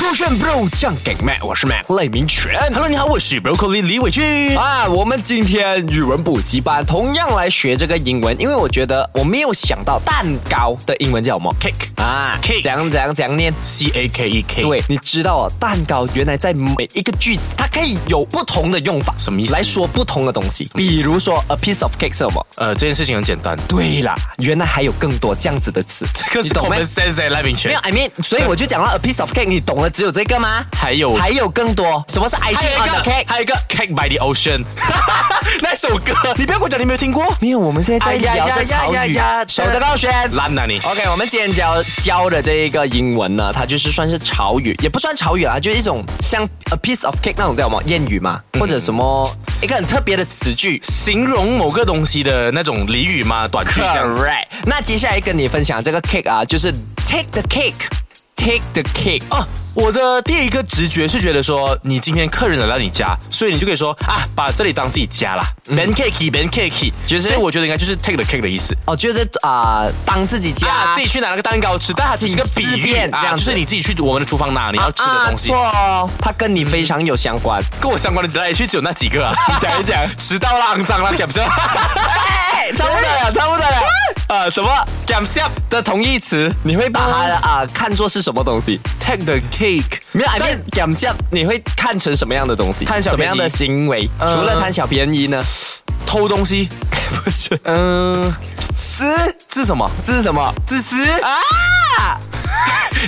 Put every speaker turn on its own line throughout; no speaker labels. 勾选 bro 酱给 Mac，我是 Mac 赖明全。
Hello，你好，我是 Broccoli 李伟俊。
啊，我们今天语文补习班同样来学这个英文，因为我觉得我没有想到蛋糕的英文叫什么
Cake
啊
Cake
怎样怎样怎样念？
C A K E K，
对，你知道哦，蛋糕原来在每一个句子，它可以有不同的用法，
什么意思
来说不同的东西，比如说 a piece of cake 是什么？
呃，这件事情很简单，
对啦，原来还有更多这样子的词，
这个
你
是
懂吗
common sense 的赖明
没
全
有。，I mean，所以我就讲了 a piece of cake，你懂的只有这个吗？
还有
还有更多，什么是 icing
哦还有
on
一
the
个
cake？，
还有一个 Cake by the Ocean，那首歌，你不要跟我讲你没有听过。
没有，我们现在在聊着潮
哎呀呀
语
呀呀，
守着高轩。
烂啊你
OK，我们今天教教的这一个英文呢，它就是算是潮语，也不算潮语啦，就是一种像 a piece of cake 那种叫什么谚语嘛，或者什么一个很特别的词句。
形容某个东西的那种俚语吗？短句这样子。
Correct。那接下来跟你分享这个 cake 啊，就是 take the cake，take the cake。
啊，我的第一个直觉是觉得说，你今天客人来到你家，所以你就可以说啊，把这里当自己家啦。Ben cake, Ben cake，
就是
所以我觉得嗯应该就是 take the cake 的意思。
哦，就是啊、当自己家、
啊，自己去拿那个蛋糕吃，但它是一个比
自
喻
便这
啊，
样
就
子
是你自己去我们的厨房拿你要吃的东西。
啊错哦，它跟你非常有相关。
跟我相关的来来去去只有那几个啊， 讲一讲，迟到啦，肮脏啦，讲什么？
哎，差不多 了，差不多了。
啊，什么讲什么
的同义词，你会把它啊、看作是什么东西？
？Take the cake，
没有，I mean，感下你会看成什么样的东西？
贪小
什么
便宜
样的行为？
呃
除了贪小便宜呢？
偷东西 不是？
嗯，滋
是呃什么？
滋什么？
自私啊！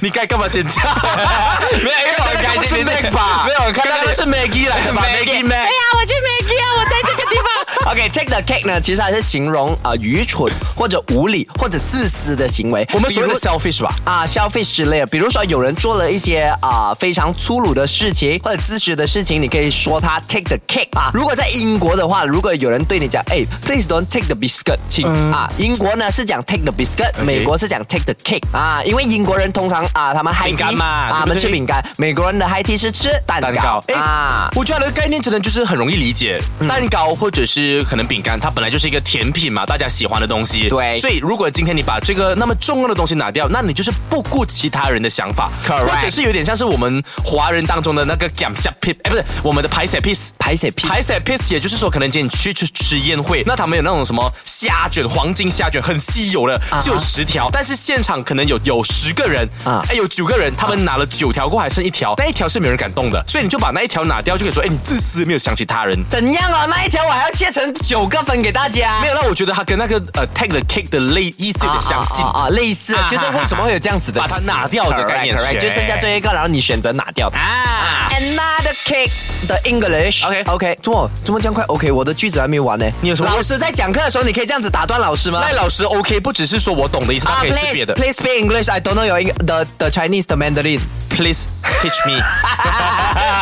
你该干嘛尖叫？ 没有，因为
哎我很开心
那个
吧
没有，我看
刚
到
刚
的是 Maggie 哎来的吧
Maggie
？Maggie Mag，
呀，我去 Maggie 啊，我在这个地 方。OK，take、the cake 呢，其实还是形容啊、呃愚蠢或者无理或者自私的行为。
我们所谓
比
的
如
selfish 吧？
啊、消费之类的，比如说有人做了一些啊、非常粗鲁的事情或者自私的事情，你可以说他 take the cake 啊。如果在英国的话，如果有人对你讲，哎，please don't take the biscuit，请、
嗯
啊，英国呢是讲 take the biscuit，、美国是讲 take the cake 啊，因为英国人通常啊，他们 high tea，
饼干嘛
啊，他
对不
们
对
吃饼干，美国人的 high tea 是吃蛋糕
蛋糕，哎、
啊。嗯
我觉得它的概念真的就是很容易理解。蛋糕或者是可能饼干，它本来就是一个甜品嘛，大家喜欢的东西。
对
所以如果今天你把这个那么重要的东西拿掉，那你就是不顾其他人的想法
Correct
或者是有点像是我们华人当中的那个 gam 下 p i 哎，不是我们的排 i piece。
排水屁，
排塞 piece，也就是说，可能今天你去去吃宴会，那他们有那种什么虾卷、黄金虾卷，很稀有的，只有十条，但是现场可能有有十个人，
啊
啊，哎，有九个人，他们拿了九条过后还剩一条，那一条是没有人敢动的，所以你就把那一条拿掉，就可以说，哎，你自私，没有想起他人。
怎样啊？那一条我还要切成九个分给大家。
没有，那我觉得它跟那个呃 take the cake 的类意思有点相近
啊。啊啊啊类似
啊，
就是为什么会有这样子的
把它拿掉的概念
Correct, correct，
学
就剩下最后一个，然后你选择拿掉它。
啊
Another cake 的 English。
OK
OK，怎么怎么这样快？OK，我的句子还没完呢。
你有什么
老师在讲课的时候，你可以这样子打断老师吗
赖？老师 OK，不只是说我懂的意思，他可以是别
啊 please
的。
please speak English. I don't know your Eng- the the Chinese the Mandarin.
Please teach me。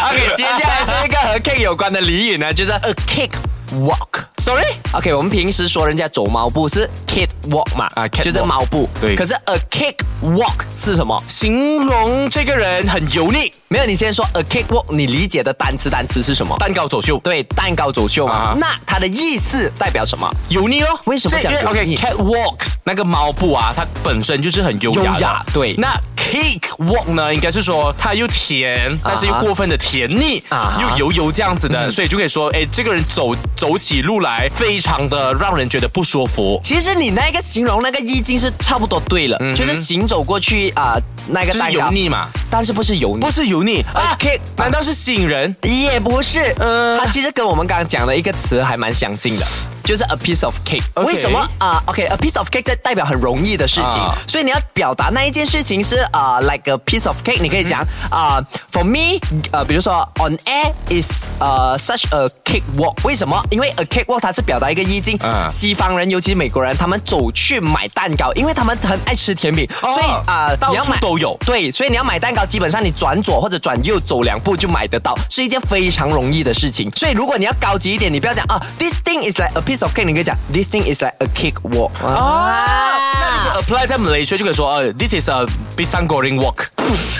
OK，接下来这一个和 cake 有关的俚语呢，就是 a cake walk。
Sorry。
OK，我们平时说人家走猫步是 kid walk 嘛，
啊，kid
就是
walk
猫步。
对
可是 a cake walk 是什么？
形容这个人很油腻，
没有，你先说 a cake walk，你理解的单词单词是什么？
蛋糕走秀，
对，蛋糕走秀嘛。
啊
那它的意思代表什么？
油腻咯。
为什么讲
这因
油腻
OK cat walk 那个猫步啊，它本身就是很优雅的。
优雅对
那 cake walk 呢，应该是说它又甜，但是又过分的甜腻，
啊哈嗯
又油油这样子的，所以就可以说，哎，这个人走走起路来非常的让人觉得不舒服。
其实你那个形容那个意境是差不多对了，就是行走过去啊、那个
嗯就
蛋
是
糕
油，腻嘛，
但是不是油腻
不，是油腻啊
cake
难道是吸引人？
也不是，
呃
它其实跟我们刚刚讲的一个词还蛮相近的。就是 a piece of cake，、
OK
为什么啊、o k a piece of cake 在代表很容易的事情
啊
所以你要表达那一件事情是啊、like a piece of cake，你可以
嗯
讲啊、f o r me，呃，比如说 on air is 呃、such a cake walk，为什么？因为 a cake walk 它是表达一个意境
嗯
西方人尤其美国人他们走去买蛋糕，因为他们很爱吃甜品
哦
所以啊、
到
你要
处
买
都有
对，所以你要买蛋糕，基本上你转左或者转右走两步就买得到，是一件非常容易的事情。所以如果你要高级一点，你不要讲啊，this thing is like a piece of cake，你可以讲 this thing is like a cake walk。哦
啊，那如果 apply 在 Malaysia 就可以说，呃，this is a pisang goreng walk。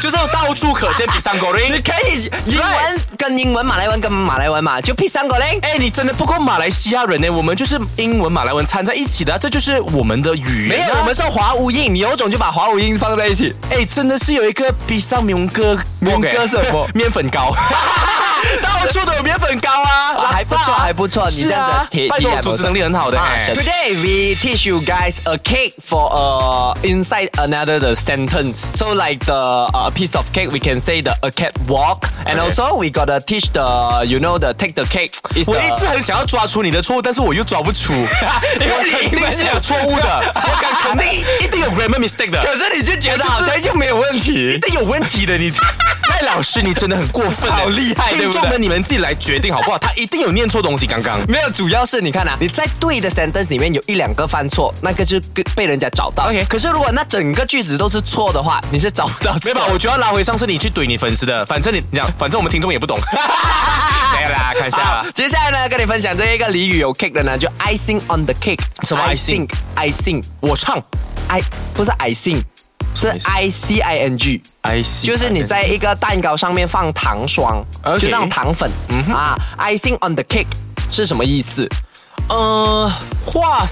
就是到处可见比上狗
你
令。
可以英文跟英文，马来文跟马来文嘛，就 P 三个零。
哎，你真的不够马来西亚人呢，我们就是英文、马来文掺在一起的啊，这就是我们的语
没
言啊。
有，我们是华无印，你有种就把华无印放在一起。
哎，真的是有一个嗯比上明哥，
明哥是 什么
面粉糕，到处都有面粉糕啊，
啊还不错
拉萨啊
还不错你这样子
是啊
提
拜
提
托
还
我
不错
组
啊
织能力很好的。哎
Today we teach you guys a cake for uh inside another the sentence. So like the uh, piece of cake, we can say the a cat walk, and
Okay.
also we gotta teach the you know the take the cake. Is
我
the-
一直很想要抓出你的错误，但是我又抓不 出，因为肯定是有错误的，我敢肯 定一定有 grammar mistake 的，
可是你就觉得
就是
好像就没有问题
一。定有问题的。你赖老师，你真的很过分，哎
好厉害对
听
不对
众们，你们自己来决定好不好？他一定有念错东西，刚刚。
没有，主要是你看啊，你在对的 sentence 里面有一两个犯错，那个就被被人家找到。
OK
可是如果那整个句子都是错的话，你是找不到错。
没吧？我就要拉回上次你去怼你粉丝的，反正你你讲，反正我们听众也不懂。 没有啦，看一下
好
啦。，
接下来呢，跟你分享这一个俚语有 cake 的呢，就 icing on the cake。
什么 icing？
icing？icing
我唱
i 不是 icing，是
么意思
i c i n g。
I 哎 C，
就是你在一个蛋糕上面放糖霜
OK 嗯
就那种糖粉、啊，icing on the cake 是什么意思？
呃画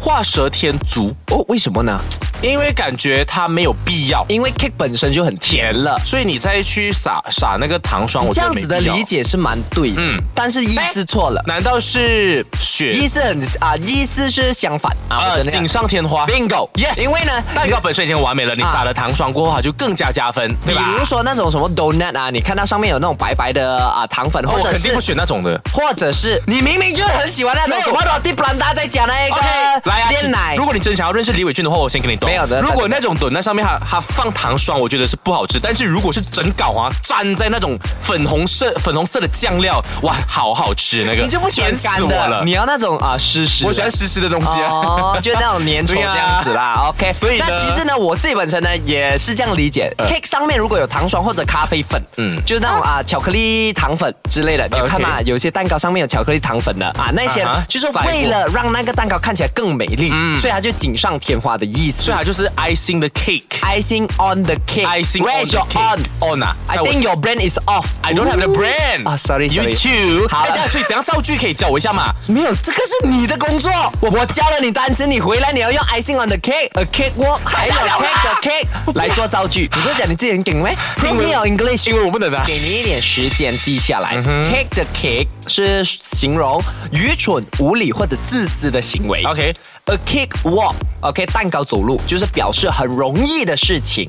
画蛇添足，
哦，为什么呢？
因为感觉它没有必要，
因为 cake 本身就很甜了。
所以你再去撒撒那个糖霜，我
这
觉
样
得没
子的
必要
理。解是蛮对，嗯，但是意思错了，
难道是
意
雪
思很啊，意思是相反啊，
呃
我的那
锦
个
上添花
bingo
Yes
因为呢，
蛋糕本身已经完美了，你撒了糖霜过后，它就更加加分，对
啊比
吧？
如说那种什么 donut 啊，你看到上面有那种白白的啊糖粉，
哦
或
我
者
肯定
是
不选那种的。
或者是你明明就很喜欢那种
没有
什么 roti pranda 再加那
OK，来
个
啊！
炼呃奶
如。果你真想要认识李伟俊的话，我先给你懂。
没有的
如果那种炖那上面它它放糖霜，我觉得是不好吃。但是如果是整搞啊，沾在那种粉红色粉红色的酱料，哇，好好吃那个。
你就不喜欢
甜死
干
我
的，
了
你。要那种啊湿湿的。
我喜欢湿湿的东西啊。
哦，就那种粘稠这
对啊
样子啦。OK，
所以呢嗯
那其实呢，我自己本身呢也是这样理解、c a k e 上面如果有糖霜或者咖啡粉，嗯，就是那种啊、巧克力糖粉之类的，你有看嘛
啊 OK
有些蛋糕上面有巧克力糖粉的啊，那些
啊哈嗯
就是为了让那个蛋糕看起来更美丽，所以它就锦上添花的意思
所以。它就是 icing 的 cake。
Icing on the cake.
Icing on
Where's
the
your on?
cake. On 啊
？I
哎我
think your brain is off.
I don't have the brand
啊，sorry，
You
sorry
too。
好
哎等一下所以怎样造句可以教我一 下嘛？
没有，这个是你的工作。我我教了你单词，你回来你要用 icing on the cake, a cake walk，还有 take the cake 来做造句。你不是讲你自己很顶咩 p r o
英文
m e o English，
因为我不能啊
给。你一点时间记下来。Take the cake 是形容愚蠢、无理或者自私的行为。
OK
A cake walk。OK，蛋糕走路就是表示很容易的事情。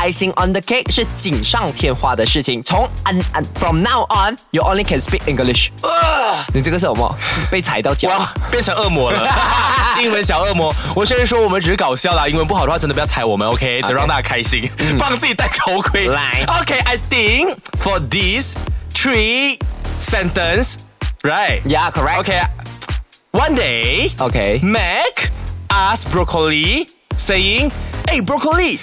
Icing on the cake 是锦上添花的事情。从 and and from now on, you only can speak English。你这个是什么？被踩到脚？
哇，变成恶魔了，英文小恶魔。我先说，我们只是搞笑啦，英文不好的话，真的不要踩我们，OK？只让大家开心，帮自己戴头盔。
来
，OK，I、think for these three sentence, right?
Yeah, correct.
OK, one day,
OK.
Mac asked broccoli, saying, "Hey, broccoli,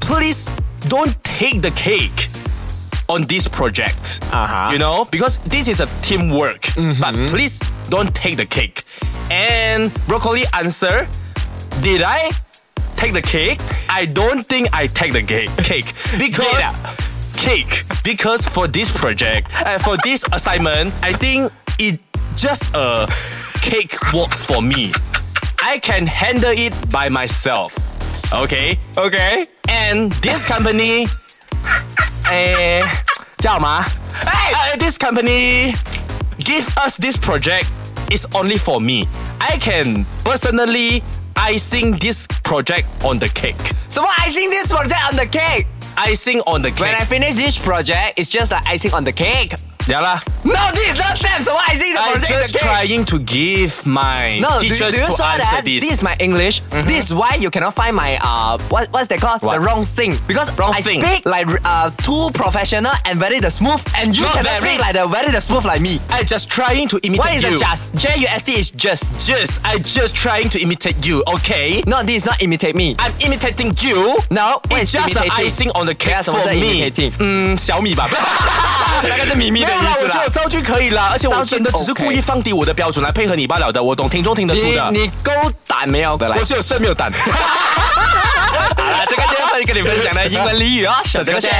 please don't take the cake." On this project,
Uh-huh.
you know, because this is a teamwork. But please don't take the cake. And broccoli answer, did I take the cake? I don't think I take the cake. Cake because cake because for this project and for this assignment, I think it just a cake walk for me. I can handle it by myself. Okay.
OK，
And this company, eh, 叫什么啊？Uh, this company give us this project is only for me. I can personally icing this project on the cake.
什么 icing this project on the cake？
Icing on the
When I
cake.
finish this project, it's just like icing on the cake.
Yeah lah.
No, this is not Sam. So why is it the
I'm
project in the
just
cake?
trying to give my
No, do,
teacher
do you
to
saw
answer
that?
this. Mm-hmm.
This is my English. This is why you cannot find my uh what what's that called? The
What?
wrong thing. Because
Wrong
I
thing.
speak like uh too professional and very the smooth, and you
Not
cannot
very.
speak like the very the smooth like me.
I just trying to imitate
What is
you.
the just? J U S T is just.
Just I just trying to imitate you. Okay.
No, this is not imitate me.
I'm imitating you.
No, what
It's
is
just an
imitating?
icing on the
Yeah,
cake
so
for
what's that
me.
imitating?
嗯，小米 吧。
大概是咪咪
没有
的意
啦，我觉
思
得
啦
我。造句可以啦，而且我
造句
真的只是
OK
故意放低我的标准来配合你罢了的，我懂听众听得出的。
你你够胆没有？我
我只有肾没有胆。
好了，这个就要分 跟你分享的英文俚语哦，手这个圈。